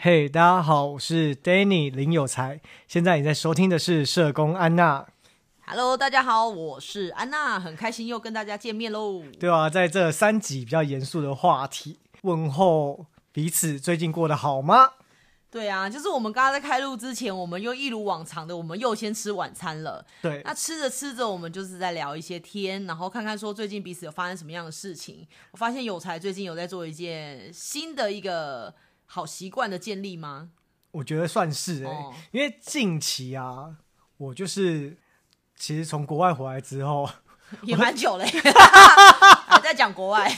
嘿、大家好，我是 Danny 林有才，现在你在收听的是社工安娜， Hello，大家好，我是安娜，很开心又跟大家见面喽。对啊，在这三集比较严肃的话题，问候彼此最近过得好吗？对啊，就是我们刚刚在开录之前，我们又一如往常的，我们又先吃晚餐了。对，那吃着吃着，我们就是在聊一些天，然后看看说最近彼此有发生什么样的事情。我发现有才最近有在做一件新的一个好习惯的建立 吗？我觉得算是哎、哦因为近期啊，我就是其实从国外回来之后， 也蛮久嘞，还在讲国 外。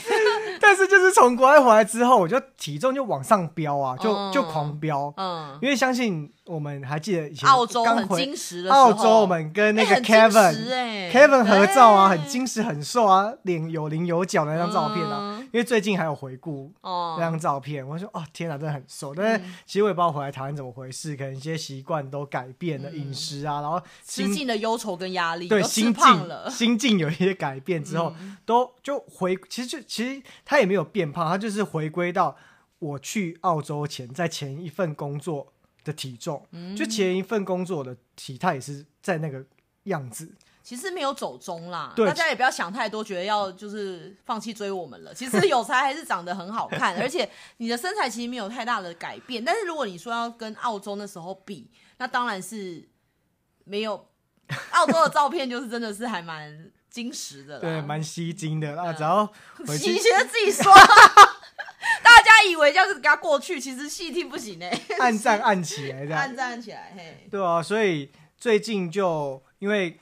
但是就是从国外回来之后，我就体重就往上飙啊，就、就狂飙，嗯，因为相信我们还记得以前澳洲刚很回矜持的时候，澳洲我们跟那哎个很矜 Kevin、持哎 Kevin 合照啊，对很矜持，很瘦啊，脸有棱有角的那张照片啊。嗯因为最近还有回顾哦那张照片，我就说哦天哪，真的很瘦。但嗯是其实我也不知道回来台湾怎么回事，可能一些习惯都改变了，饮食啊，然后嗯吃心尽了忧愁跟压力，对都吃心胖境了。 嗯心境有一些改变之后，都就回其实就其实他也没有变胖，他就是回归到我去澳洲前在前一份工作的体重，嗯就前一份工作的体态也是在那个样子。其实没有走中啦，对大家也不要想太多，觉得要就是放弃追我们了。其实有才还是长得很好 看，而且你的身材其实没有太大的改变。但是如果你说要跟澳洲那时候比，那当然是没有。澳洲的照片就是真的是还蛮矜持的啦，对，啊蛮吸睛的啦。只要回 你去觉得自己说， 大家以为这样子给他过去，其实细听不行呢、按赞按起来这按样，站起来，嘿，对啊。所以最近就因为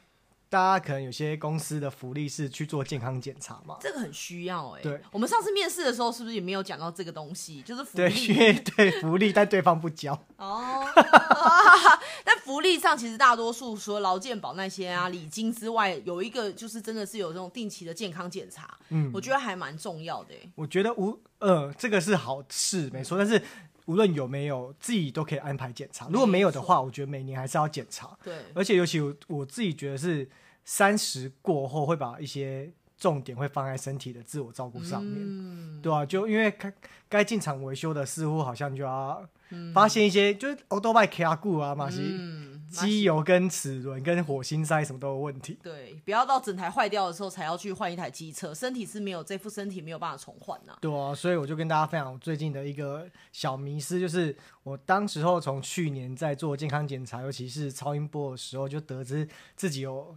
大家可能有些公司的福利是去做健康检查嘛，这个很需要哎、对，我们上次面试的时候是不是也没有讲到这个东西？就是福对，因利为对福利，但对方不交。哦。 但福利上其实大多数除了劳健保那些嗯啊、礼金之外，有一个就是真的是有这种定期的健康检查，嗯我觉得还蛮重要的、欸。我觉得无呃，这个是好事，没错。嗯但是无论有没有，自己都可以安排检查。如果没有的话，我觉得每年还是要检查。对，而且尤其我我自己觉得是三十过后会把一些重点会放在身体的自我照顾上面。嗯，对啊，就因为该该进场维修的，似乎好像就要发现一些，就是 o d o b i k a 固啊，马西嗯，机油跟齿轮跟火星塞什么都有问题。对，不要到整台坏掉的时候才要去换一台机车，身体是没有这副身体没有办法重换呐、对啊，所以我就跟大家分享我最近的一个小迷思，就是我当时候从去年在做健康检查，尤其是超音波的时候，就得知自己有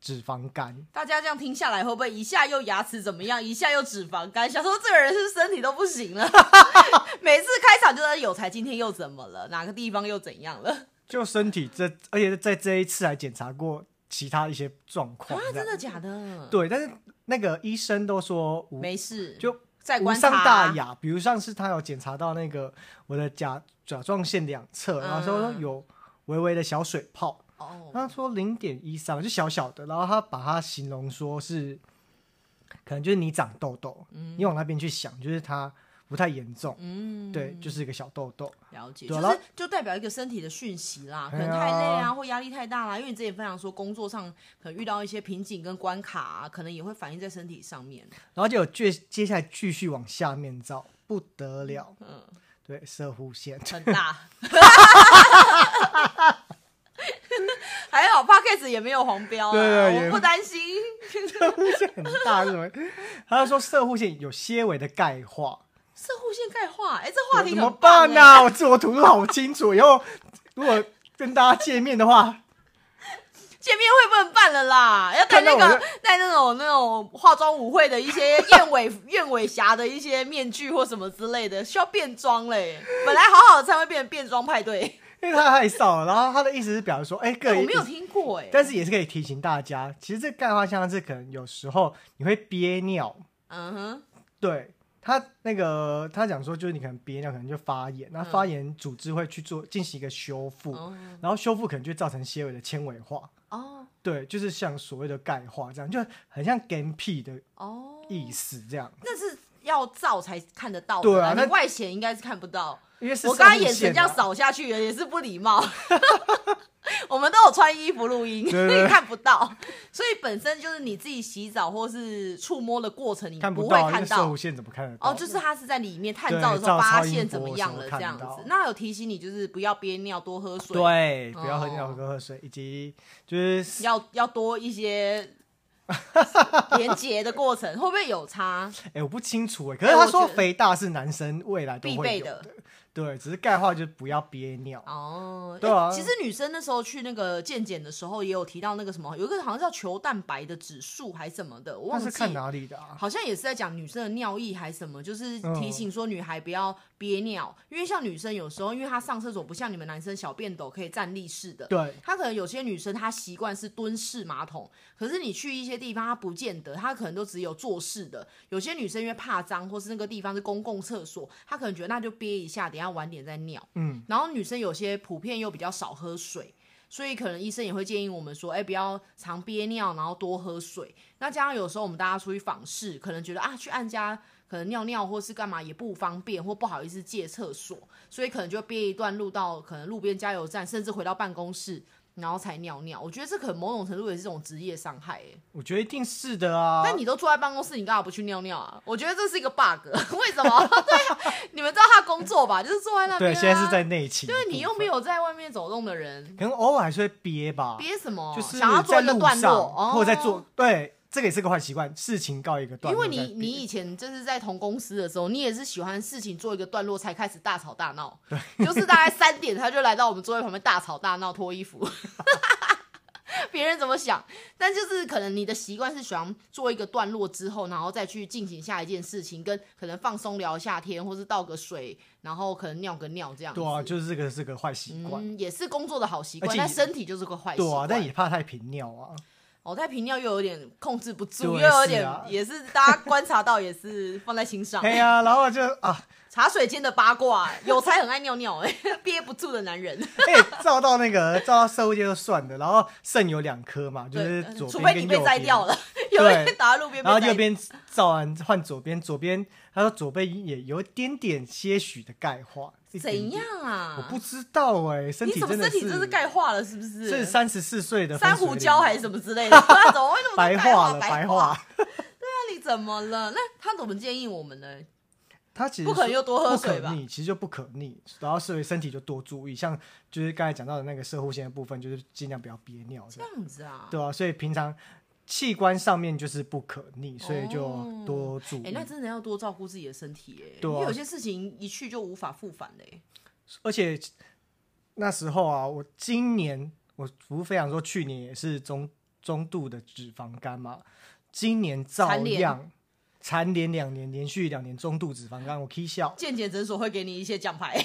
脂肪肝。大家这样听下来，会不会一下又牙齿怎么样，一下又脂肪肝？想说这个人是身体都不行了， 每次开场就在有才，今天又怎么了？哪个地方又怎样了？就身体这，而且在这一次还检查过其他一些状况啊，这样，真的假的？对，但是那个医生都说无没事，就再无观察。啊伤大雅。比如上次他有检查到那个我的甲甲状腺两侧，然后说嗯有微微的小水泡，哦，他说零点一三就小小的，然后他把它形容说是可能就是你长痘痘，你往那边去想，就是它不太严重，嗯，对，就是一个小痘痘。了解，对就啊是就代表一个身体的讯息啦，可能太累哎呀啊，或压力太大啦。因为你之前分享说工作上可能遇到一些瓶颈跟关卡、啊，可能也会反映在身体上面。然后就有接接下来继续往下面照，不得了，嗯，对，射护线。很 大。还好 p o c k e t 也没有黄标啦，对对也我不担心。 很大是什么？他就说射护线有些微的钙化，射护线钙化，哎、这话题怎很么棒办哎呢、我自我吐露好清楚，以后如果跟大家见面的话，见面会不能办了啦，要带那看到我个带那种那种化妆舞会的一 些燕尾燕尾侠的一些面具或什么之类的，需要变装嘞。本来好好的才会变成变装派对，因为他太少了，然后他的意思是表示说，哎、个哎人我没有听过哎、但是也是可以提醒大家，其实这钙化像是可能有时候你会憋尿，嗯哼，对他那个他讲说就是你可能憋尿可能就发炎，那发炎组织会去做进行一个修复，嗯哦然后修复可能就造成纤维的纤维化，哦对，就是像所谓的钙化这样，就很像 g a m p 的哦，意思这样，那是要照才看得到的对啊啦那你外显应该是看不到。因为是我刚射刚护啊眼神线这样啊扫下去也是不礼貌。 我们都有穿衣服录音，对对所以 看不到。所以本身就是你自己洗澡或是触摸的过程，你看不不会到，那看个到射。无线怎么看得到？哦，就是它是在里面探对照的时照候发超音现怎波么的时样候了，这看样子到。那有提醒你，就是不要憋尿，多喝水，对，不要喝哦尿喝喝水，以及就是要要多一些 连接的过程，会不会有差？哎、我不清楚哎、可哎是他我说觉得肥大是男生未来都必会备有的，对，只是钙化就不要憋尿。哦，对欸啊其实女生那时候去那个健检的时候，也有提到那个什么，有一个好像叫球蛋白的指数还是什么的，我那忘是记。看哪里的啊？好像也是在讲女生的尿意还是什么，就是嗯提醒说女孩不要憋尿，因为像女生有时候，因为她上厕所不像你们男生小便斗可以站立式的，对，她可能有些女生她习惯是蹲式马桶，可是你去一些地方她不见得，她可能都只有坐式的。有些女生因为怕脏，或是那个地方是公共厕所，她可能觉得那就憋一下，等一下晚点再尿。嗯，然后女生有些普遍又比较少喝水，所以可能医生也会建议我们说，哎，不要常憋尿，然后多喝水。那加上有时候我们大家出去访视，可能觉得啊，去按家可能尿尿或是干嘛也不方便，或不好意思借厕所，所以可能就憋一段路到可能路边加油站，甚至回到办公室。然后才尿尿，我觉得这可能某种程度也是一种职业伤害、欸。我觉得一定是的啊。但你都坐在办公室，你干嘛不去尿尿啊？我觉得这是一个 bug，为 什么？对啊，你们知道他工作吧？就是坐在那边、对，啊。现在是在内勤的就部分，是你又没有在外面走动的人，可能偶尔还是会憋吧，憋什么？就是想要做在一个路段上落，哦、或者在做，对，这个也是个坏习惯，事情告一个段因落为再憋。你你以前就是在同公司的时候，你也是喜欢事情做一个段落才开始大吵大闹，就是大概三点他就来到我们座位旁边大吵大闹脱衣 服，别人怎么想？但就是可能你的习惯是喜欢做一个段落之后，然后再去进行下一件事情，跟可能放松聊一下天，或是倒个水，然后可能尿个尿这样子。嗯对啊，就是这个是个坏习惯，嗯，也是工作的好习而惯，且但也身体就是个坏习对啊惯。，但也怕太频尿啊。哦，太平尿又有点控制不住，对又有是点啊也是大家观察到，也是放在心 上。哎呀，然后就啊，茶水间的八卦，有才很爱尿尿、哎， 憋不住的男人，哎、照到那个照到射物界就算了，然后肾有两颗嘛，就对是呃左除边非跟你右边。被摘掉了，有人对打在路边，然后右，边照完换左边，左边他说左边也有一点点些许的钙化，一点怎点？样啊？我不知道哎、身你体怎么真的身体真是钙化了，是不是是？三十四岁的珊分水瑚岭礁还是什么之类的， 不然怎么会那么多白钙化化？了，白白化，化。那你怎么了？那他怎么建议我们呢？他其实不可能说又多喝不可水吧逆其实就不可逆，然后所以身体就多注意，像就是刚才讲到的那个射护线的部分，就是尽量不要憋尿这这样，样子啊？对啊，所以平常器官上面就是不可逆，所以就哦多注哎、意。那真的要多照顾自己的身体哎、对啊因为有些事情一去就无法哎复返嘞、而且那时候啊，我今年我不非常说去年也是中中度的脂肪肝嘛，今年照蝉联样蝉联两年，连续两年中度脂肪肝，我 K 笑健检诊所会给你一些奖牌，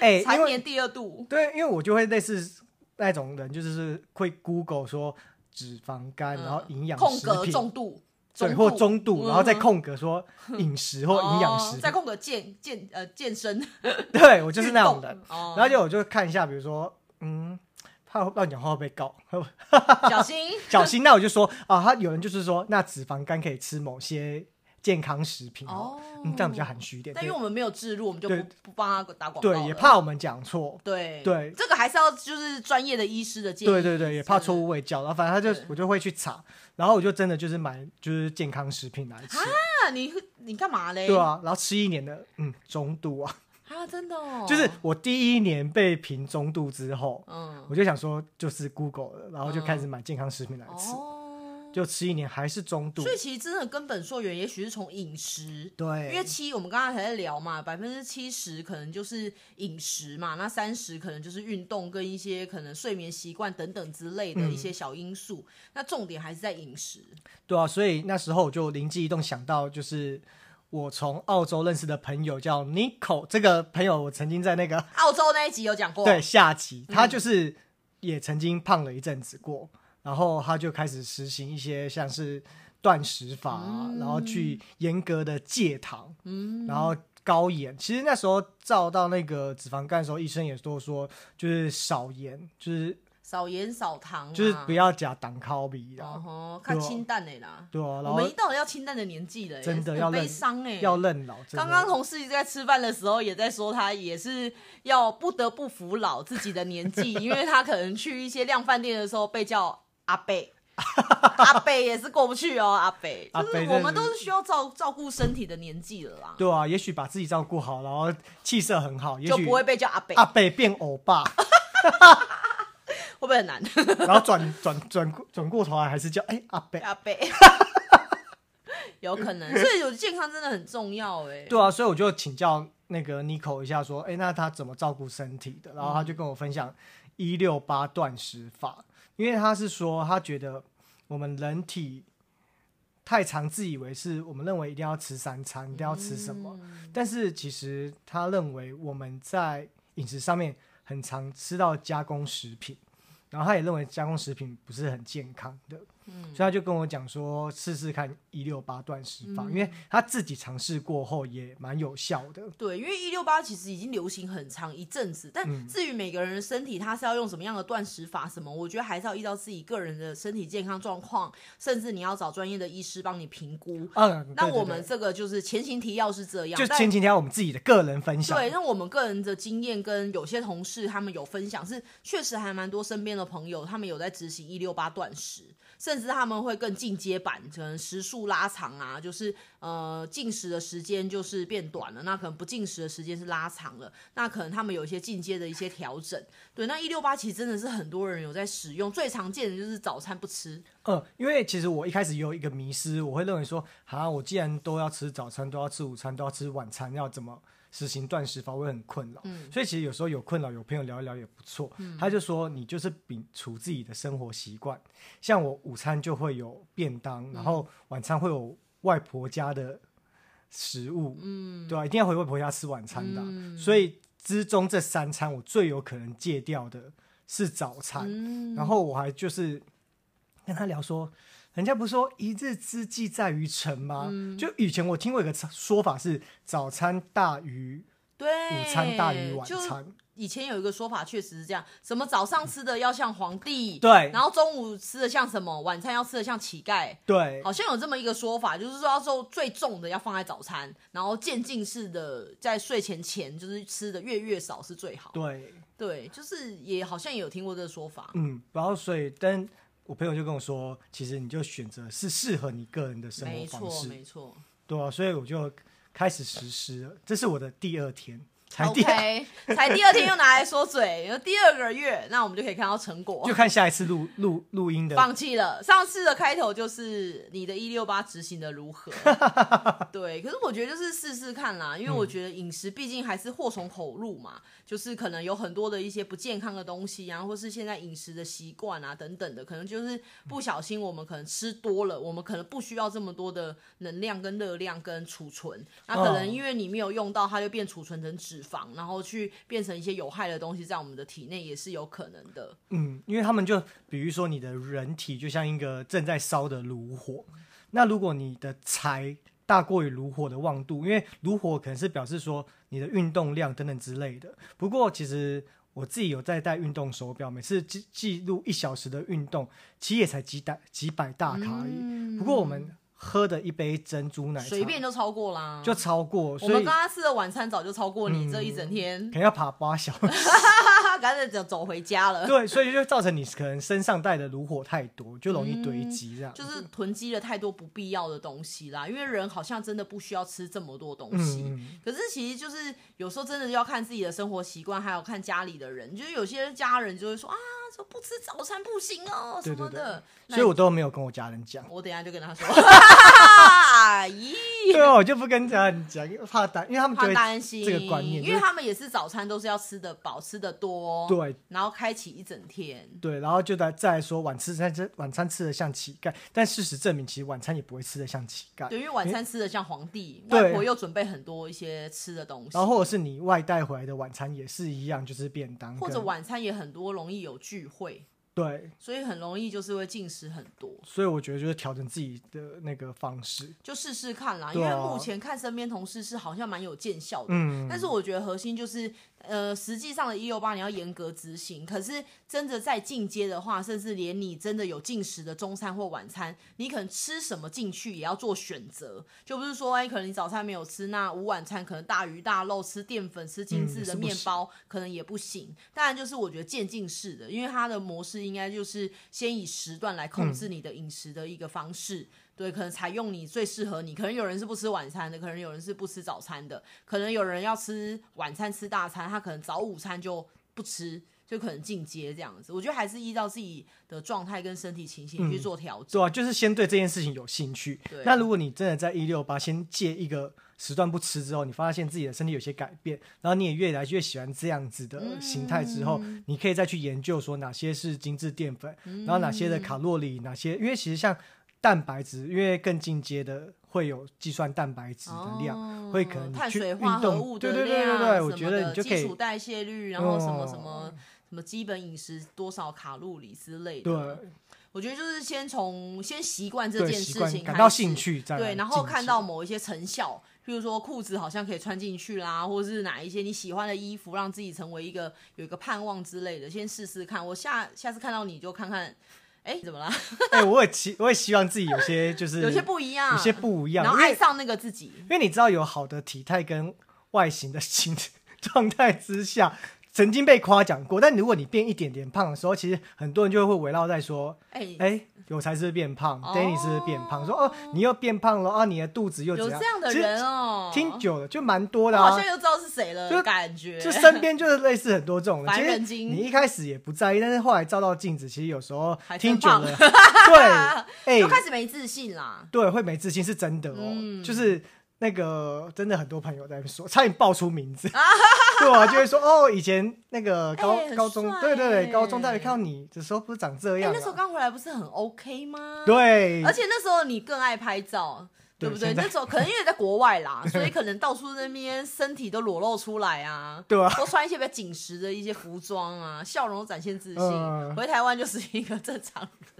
哎、残因为年第二度。对，因为我就会类似那种人，就是会 Google 说脂肪肝，嗯然后营养空食格品。重度，对，度或中度，嗯然后再空格说饮食或营养食哦品再，空格健健呃健身，对我 就是那种运动人。哦然后就我就看一下，比如说，嗯，怕乱讲话会被告， 小心小心。那我就说啊，他有人就是说，那脂肪肝可以吃某些健康食品 哦，嗯，这样比较含蓄一点。但因为我们没有置入，我们就对不不帮他打广告对，了也怕我们讲错，对对这个还是要就是专业的医师的建议。对对对，也怕是错误喂教。然后反正他就对我就会去查，然后我就真的就是买就是健康食品来吃，那你你干嘛嘞？对啊，然后吃一年的嗯中度啊，啊，真的哦，就是我第一年被评中度之后，嗯我就想说就是 Google 了，然后就开始买健康食品来吃，哦，就吃一年还是中度所，以其实真的根本溯源，也许是从饮食。因为对，七，我们刚才还在聊嘛，百分之七十可能就是饮食嘛，那三十可能就是运动跟一些可能睡眠习惯等等之类的一嗯些小因素。那重点还是在饮食。对啊，所以那时候我就灵机一动想到就是。我从澳洲认识的朋友叫 n i c o 这个朋友我曾经在那个澳洲那一集有讲过，对，下棋，嗯他就是也曾经胖了一阵子过，然后他就开始实行一些像是断食法啊、嗯然后去严格的戒糖，嗯，然后高盐。其实那时候照到那个脂肪肝的时候，医生也都说就是少盐，就是少盐少糖、啊，就是不要假挡烤比啦，哦吼，看清淡的啦。对啊，然我后们一到了要清淡的年纪了耶，真的很要认悲伤哎。要认老。真的刚刚同事在吃饭的时候也在说，他也是要不得不服老自己的年纪，因为他可能去一些量饭店的时候被叫阿 贝，阿贝也是过不去哦，阿贝。阿就是伯我们真的都是是需要照照顾身体的年纪了啦，对啊，也许把自己照顾好，然后气色很好，也就许啊不会被叫阿贝，阿会北变欧巴， 不会很难？然后转转转转过头来还是叫哎、阿北。阿贝， 有可能，所以有健康真的很重要哎、对啊，所以我就请教那个 Nico 一下，说，哎、那他怎么照顾身体的？然后他就跟我分享一六八断食法，因为他是说他觉得我们人体太常自以为是，我们认为一定要吃三餐，一定要吃什么，但是其实他认为我们在饮食上面很常吃到加工食品。然后他也认为加工食品不是很健康的，嗯所以他就跟我讲说试试看一六八断食嗯法，因为他自己尝试过后也蛮有效的。对，因为一六八其实已经流行很长一阵子，嗯但至于每个人的身体，他是要用什么样的断食法什么，我觉得还是要依照自己个人的身体健康状况，甚至你要找专业的医师帮你评估。嗯，那对对我们对这个就是前行提要是这样，就但前几天我们自己的个人分享，对，那我们个人的经验跟有些同事他们有分享，是确实还蛮多身边的朋友，他们有在执行一六八断食，甚至他们会更进阶版，可能时数拉长啊，就是呃进食的时间就是变短了，那可能不进食的时间是拉长了，那可能他们有一些进阶的一些调整。对，那一六八其实真的是很多人有在使用，最常见的就是早餐不吃，嗯，因为其实我一开始也有一个迷失，我会认为说，啊，我既然都要吃早餐，都要吃午餐，都要吃晚餐，要怎么实行断食法，我会很困扰。所以其实有时候有困扰，有朋友聊一聊也不错。他就说，你就是摒除自己的生活习惯，像我午餐就会有便当，然后晚餐会有外婆家的食物，嗯，对啊，一定要回外婆家吃晚餐的啊、所以之中这三餐，我最有可能戒掉的是早餐。然后我还就是跟他聊说，人家不是说一日之计在于晨吗？嗯就以前我听过一个说法是早餐大于对，午餐大于晚就餐，以前有一个说法，确实是这样，什么早上吃的要像皇帝，对然后中午吃的像什么，晚餐要吃的像乞丐，对好像有这么一个说法，就是说要说最重的要放在早餐，然后渐进式的在睡前前就是吃的越越少是最好。对，对，就是也好像也有听过这个说法，嗯，然后所以但。我朋友就跟我说，其实你就选择是适合你个人的生活没方错式，没错。对啊，所以我就开始实施了。这是我的第二天，才第二 OK，才第二天又拿来说嘴，然后第二个月，那我们就可以看到成果。就看下一次录录录音的放弃了。上次的开头就是你的一六八执行的如何？对，可是我觉得就是试试看啦，因为我觉得饮食毕竟还是祸从口入嘛，就是可能有很多的一些不健康的东西啊，或是现在饮食的习惯啊等等的，可能就是不小心我们可能吃多了，我们可能不需要这么多的能量跟热量跟储存，那可能哦因为你没有用到，它就变储存成脂肪，然后去变成一些有害的东西在我们的体内也是有可能的。嗯，因为他们就比如说你的人体就像一个正在烧的炉火，那如果你的柴大过于炉火的旺度，因为炉火可能是表示说你的运动量等等之类的。不过其实我自己有在戴运动手表，每次记记录一小时的运动，其实也才几大几百大卡而已。不过我们喝的一杯珍珠奶茶嗯随便就超过啦， 就超过，我所们以嗯刚刚吃的晚餐早就超过你这一整天 可，能要爬八小时。 哈哈，赶紧走走回家了，对，所以就造成你可能身上带的炉火太多，就容易堆积这样。就是囤积了太多不必要的东西啦。因为人好像真的不需要吃这么多东西，嗯可是其实就是有时候真的要看自己的生活习惯，还有看家里的人。就是有些家人就会说啊，说不吃早餐不行哦什对么对对 的，那所以我都没有跟我家人讲。我等一下就跟他说， 阿姨。对啊，我就不跟家人讲，因为怕担，因为他们就怕会担心这个观念，因为就是他们也是早餐都是要吃的饱、吃的多，对然后开启一整天。对，然后就来再来说晚吃餐吃晚餐吃的像乞丐，但事实证明，其实晚餐也不会吃的像乞丐。对，因为晚餐吃的像皇帝，对外婆又准备很多一些吃的东西，然后或者是你外带回来的晚餐也是一样，就是便当跟，或者晚餐也很多容易有聚会，对，所以很容易就是会进食很多，所以我觉得就是调整自己的那个方式。就试试看啦。因对啊为目前看身边同事是好像蛮有见效的，嗯，但是我觉得核心就是，呃，实际上的一六八你要严格执行，可是真的在进阶的话，甚至连你真的有进食的中餐或晚餐，你可能吃什么进去也要做选择，就不是说哎、可能你早餐没有吃，那午晚餐可能大鱼大肉，吃淀粉，吃精致嗯是的不面行包、可能也不行。当然就是我觉得渐进式的，因为它的模式应该就是先以时段来嗯控制你的饮食的一个方式。对，可能采用你最适合你。可能有人是不吃晚餐的，可能有人是不吃早餐的，可能有人要吃晚餐吃大餐，他可能早午餐就不吃，就可能进阶这样子。我觉得还是依照自己的状态跟身体情形去做调整。对啊，就是先对这件事情有兴趣对。那如果你真的在一六八先戒一个时段不吃之后，你发现自己的身体有些改变，然后你也越来越喜欢这样子嗯的形态之后，你可以再去研究说哪些是精致淀粉，嗯然后哪些的卡路里，哪些因为其实像蛋白质，因为更进阶的会有计算蛋白质的量，哦会可能你碳去水运化合动，物的对量，对对对对，我什觉么得的你就可基以础代谢率，然后什么哦什么、什么基本饮食多少卡路里之类的。对我觉得就是先从先习惯这对件习事惯情感开到始兴趣，再对，来然后进看行到某一些成效，比如说裤子好像可以穿进去啦，或者是哪一些你喜欢的衣服，让自己成为一个有一个盼望之类的，先试试看。我下下次看到你就看看，哎，怎么啦？哎、我也期我也希望自己有些就是有些不一样，有些不一样，然后因为爱上那个自己，因为你知道有好的体态跟外形的形状态之下，曾经被夸奖过。但如果你变一点点胖的时候，其实很多人就会围绕在说。哎。哎、有才是不是变胖、哦 d a n n y 是不是变胖？说哦，你又变胖了啊，你的肚子又怎有样？这样的人哦，其实听久了就蛮多我的好啊像，又知道是谁了，就感觉就身边就是类似很多这种人。烦其人实精你一开始也不在意，但是后来照照镜子，其实有时候还真听久胖 了，对，哎、就开始没自信啦。对，会没自信是真的哦，嗯就是那个真的很多朋友在那边说，差点爆出名 字，对啊，就会说哦，以前那个高、哎很高中帅，对对对，高中耶大学看到你的时候不是长这哎、样、啊，那时候刚回来不是很 OK 吗？对，而且那时候你更爱拍照，对对不对？现在那时候可能因为在国 外啦，所以可能到处那边身体都裸露出来 啊，对啊，都穿一些比较紧实的一些服装啊，笑容展现自信。嗯回台湾就是一个正常，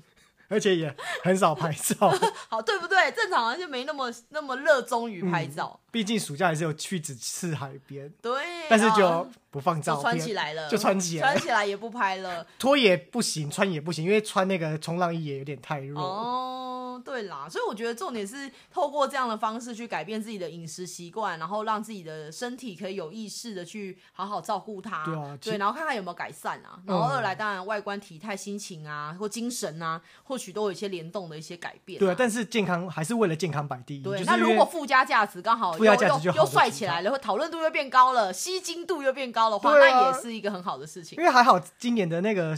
而且也很少拍照， 好对不对？正常人就没那么那么热衷于拍照，毕竟暑假还是有去几次海边，对啊、嗯但是就不放照就片，穿起来了，就穿起来了穿起来也不拍了。脱也不行，穿也不行，因为穿那个冲浪衣也有点太弱。哦，对啦，所以我觉得重点是透过这样的方式去改变自己的饮食习惯，然后让自己的身体可以有意识的去好好照顾它，对啊其嗯然后看看有没有改善啊。然后二来，当然外观、体态、心情啊，或精神啊，或许都有一些联动的一些改变、对啊，。但是健康还是为了健康摆第一。就对，是那因如为果附加价值刚好附又加价值就又好又的帅体起态来了，或讨论度又变高了，吸睛度又变高的话，对啊那也是一个很好的事情因。为还好今年的那个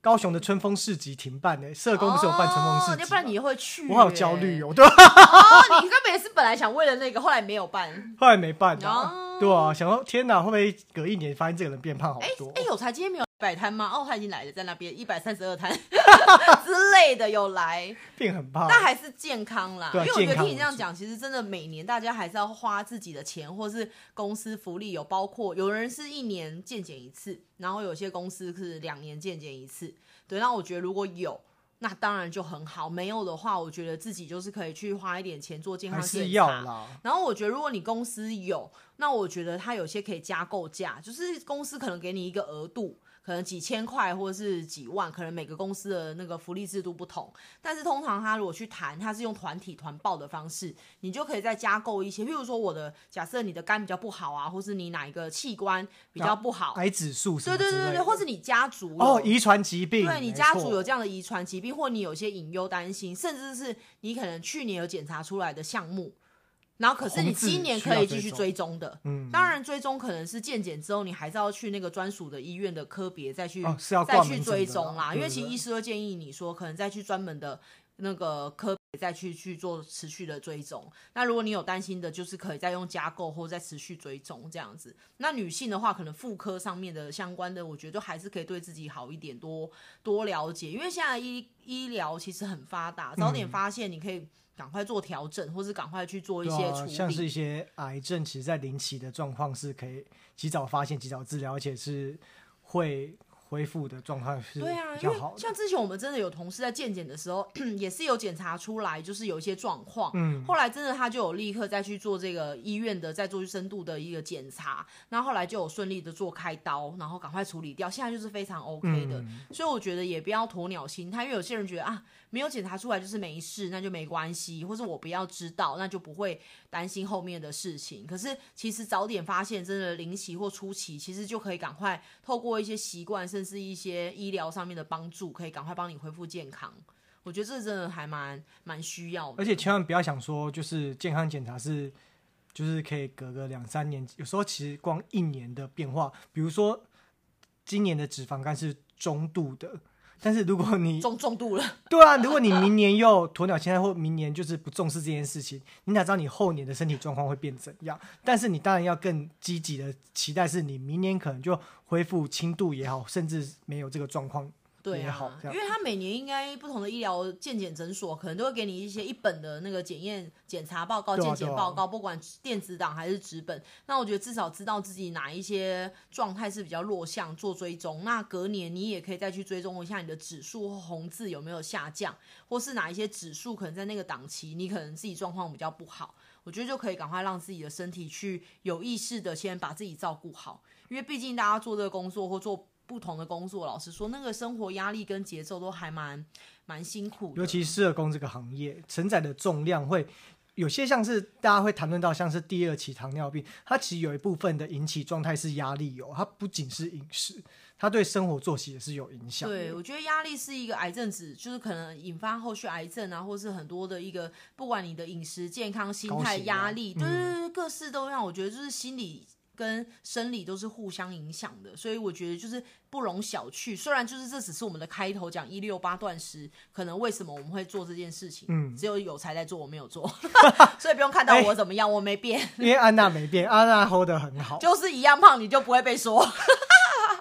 高雄的春风市集停办呢、社工不是有办春风市集哦吗、要不然你会去、我好焦虑哦。哦，对吧、哦，你根本也是本来想为了那个，后来没有办。 后来没办啊，哦对啊，想说天哪，会不会隔一年发现这个人变胖好哎多？哎，有才今天没有摆摊吗？哦，他已经来了，在那边一百三十 二摊之类的有来，变很胖，但还是健康啦。对啊因为我觉健得康听你这样讲，其实真的每年大家还是要花自己的钱，或是公司福利有包括，有人是一年健检一次，然后有些公司是两年健检一次。对，那我觉得如果有。那当然就很好，没有的话，我觉得自己就是可以去花一点钱做健康还检是查，要啦。然后我觉得，如果你公司有，那我觉得它有些可以加购价，就是公司可能给你一个额度，可能几千块或者是几万，可能每个公司的那个福利制度不同。但是通常他如果去谈，他是用团体团报的方式，你就可以再加购一些，譬如说我的假设你的肝比较不好啊，或是你哪一个器官比较不好，癌指数什对么对啊之对类对，的或是你家族哦，有遗传疾病，对你没家族错有这样的遗传疾病，或你有些隐忧担心，甚至是你可能去年有检查出来的项目，然后可是你红字今年需可要以追继续踪追踪的。嗯，当然，追踪可能是健检之后，你还是要去那个专属的医院的科别再去、哦是要再挂门诊去追的踪啦，啦因为对其实对医师会建议你说，可能再去专门的那个科别再去去做持续的追踪。那如果你有担心的，就是可以再用加购或再持续追踪这样子。那女性的话，可能妇科上面的相关的，我觉得还是可以对自己好一点，多多了解，因为现在医医疗其实很发达，早嗯点发现你可以赶快做调整，或是赶快去做一对些啊，处像是一理。些癌症，其实在临期的状况是可以及早发现、及早治疗，而且是会恢复的状态是对啊，比因较为好的。像之前我们真的有同事在健检的时候，也是有检查出来，就是有一些状况。嗯，后来真的他就有立刻再去做这个医院的再做深度的一个检查，然后后来就有顺利的做开刀，然后赶快处理掉，现在就是非常 OK 的。嗯所以我觉得也不要鸵鸟心态，因为有些人觉得啊，没有检查出来就是没事，那就没关系，或是我不要知道，那就不会担心后面的事情。可是其实早点发现，真的临期或初期，其实就可以赶快透过一些习惯，甚至一些医疗上面的帮助，可以赶快帮你恢复健康。我觉得这真的还蛮蛮需要的，而且千万不要想说，就是健康检查是，就是可以隔个两三年，有时候其实光一年的变化，比如说今年的脂肪肝是中度的，但是如果你重重度了，对啊，如果你明年又鸵鸟心态，或明年就是不重视这件事情，你哪知道你后年的身体状况会变怎样？但是你当然要更积极的期待，是你明年可能就恢复轻度也好，甚至没有这个状况。对也好啊，这因样为他每年应该不同的医疗健检诊所可能都会给你一些一本的那个检验检查报告、对啊健检对啊报告，不管电子档还是纸本。那我觉得至少知道自己哪一些状态是比较弱项，做追踪。那隔年你也可以再去追踪一下你的指数或红字有没有下降，或是哪一些指数可能在那个档期你可能自己状况比较不好。我觉得就可以赶快让自己的身体去有意识的先把自己照顾好，因为毕竟大家做这个工作或做不同的工作，老实说，那个生活压力跟节奏都还蛮蛮辛苦的。尤其社工这个行业，承载的重量会有些像是大家会谈论到像是第二期糖尿病，它其实有一部分的引起状态是压力哦，它不仅是饮食，它对生活作息也是有影响。对，我觉得压力是一个癌症指，就是可能引发后续癌症啊，或是很多的一个，不管你的饮食、健康、心高态、血压压力，嗯对对对，各式都让我觉得就是心理。跟生理都是互相影响的，所以我觉得就是不容小觑。虽然就是这只是我们的开头讲一六八断食，可能为什么我们会做这件事情，嗯哎只有有才在做，我没 有做，所以不用看到我怎么样，我没变，因为安娜没变，安娜 hold 得很 好，就是一样胖，你就不会被说。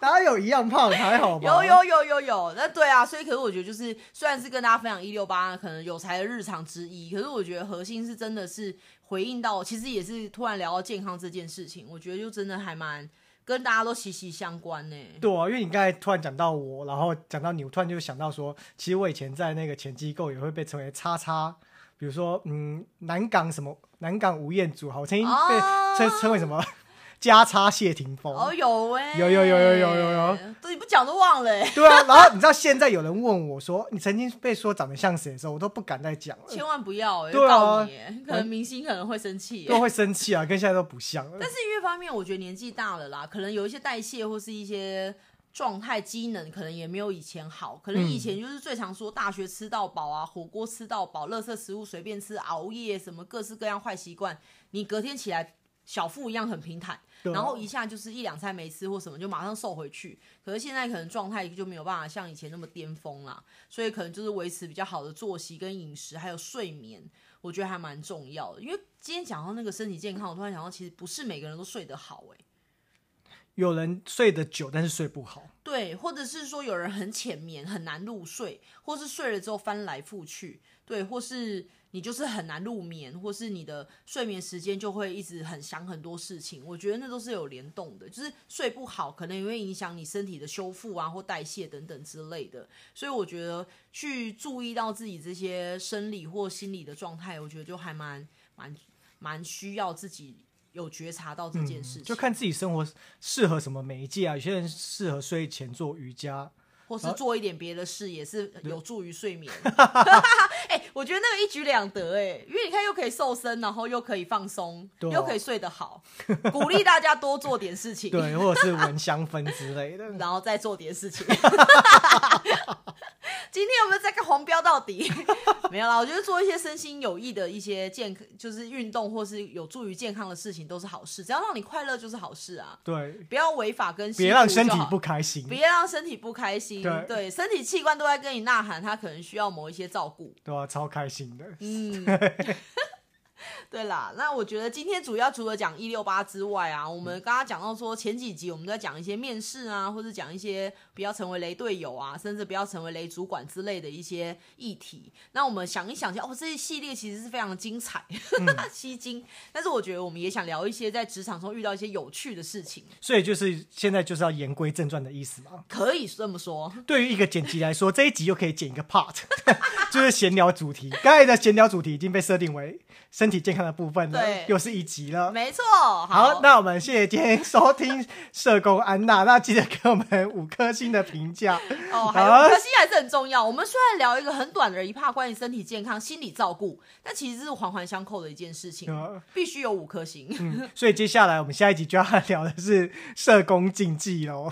哪有一样胖还好吧？有有有有有，那对啊，所以可是我觉得就是，虽然是跟大家分享一六八可能有才的日常之一，可是我觉得核心是真的是回应到，其实也是突然聊到健康这件事情，我觉得就真的还蛮跟大家都息息相关呢、对啊，因为你刚才突然讲到我，然后讲到你，我突然就想到说，其实我以前在那个前机构也会被称为叉叉，比如说嗯，南港什么南港吴彦祖，好，我曾经被哦称称为什么加叉谢霆锋。哦，有哎、有有有有有有有，对，你不讲都忘了、欸，对啊，然后你知道现在有人问我说，你曾经被说长得像谁的时候，我都不敢再讲了，千万不要哎、欸，对啊告你、欸，可能明星可能会生气、欸都。会生气啊，跟现在都不像了。但是一方面，我觉得年纪大了啦，可能有一些代谢或是一些状态机能，可能也没有以前好。可能以前就是最常说大学吃到饱啊，火锅吃到饱，垃圾食物随便吃，熬夜什么各式各样坏习惯，你隔天起来小腹一样很平坦，对啊然后一下就是一两餐没吃或什么就马上瘦回去。可是现在可能状态就没有办法像以前那么巅峰啦，所以可能就是维持比较好的作息跟饮食，还有睡眠，我觉得还蛮重要的。因为今天讲到那个身体健康，我突然想到，其实不是每个人都睡得好、欸，有人睡得久，但是睡不好，对，或者是说有人很浅眠，很难入睡，或是睡了之后翻来覆去，对，或是你就是很难入眠，或是你的睡眠时间就会一直很想很多事情。我觉得那都是有联动的，就是睡不好可能也会影响你身体的修复啊或代谢等等之类的。所以我觉得去注意到自己这些生理或心理的状态，我觉得就还蛮蛮蛮需要自己有觉察到这件事情，就看自己生活适合什么媒介啊。有些人适合睡前做瑜伽，或是做一点别的事，也是有助于 睡眠。 哎、我觉得那个一举两得哎、因为你看又可以瘦身，然后又可以放松，对啊又可以睡得好，鼓励大家多做点事情，对，或者是闻香氛之类的。 然后再做点事情。 今天我们在看黄标到底 没有啦，我觉得做一些身心有益的一些健康，就是运动或是有助于健康的事情都是好事，只要让你快乐就是好事啊！对，不要违法跟别辛让苦身就体好不开心。别让身体不开心，对身体器官都在跟你呐喊，它可能需要某一些照顾。对啊，超开心的。嗯， 对啦，那我觉得今天主要除了讲一六八之外啊，我们刚刚讲到说前几集我们在讲一些面试啊，或者讲一些不要成为雷队友啊，甚至不要成为雷主管之类的一些议题。那我们想一想一下，哦，这一系列其实是非常精彩、 吸睛。但是我觉得我们也想聊一些在职场中遇到一些有趣的事情，所以就是现在就是要言归正传的意思嘛。可以这么说。对于一个剪辑来说，这一集又可以剪一个 part，就是闲聊主题。刚才的闲聊主题已经被设定为身体健康的部分了对，又是一集了。没错，好好，，那我们谢谢今天收听社工安娜，那记得给我们五颗星的评价。哦，还有可惜还是很重要。我们虽然聊一个很短的一趴关于身体健康、心理照顾，但其实是环环相扣的一件事情，嗯必须有五颗星。嗯，所以接下来我们下一集就要聊的是社工禁忌喽。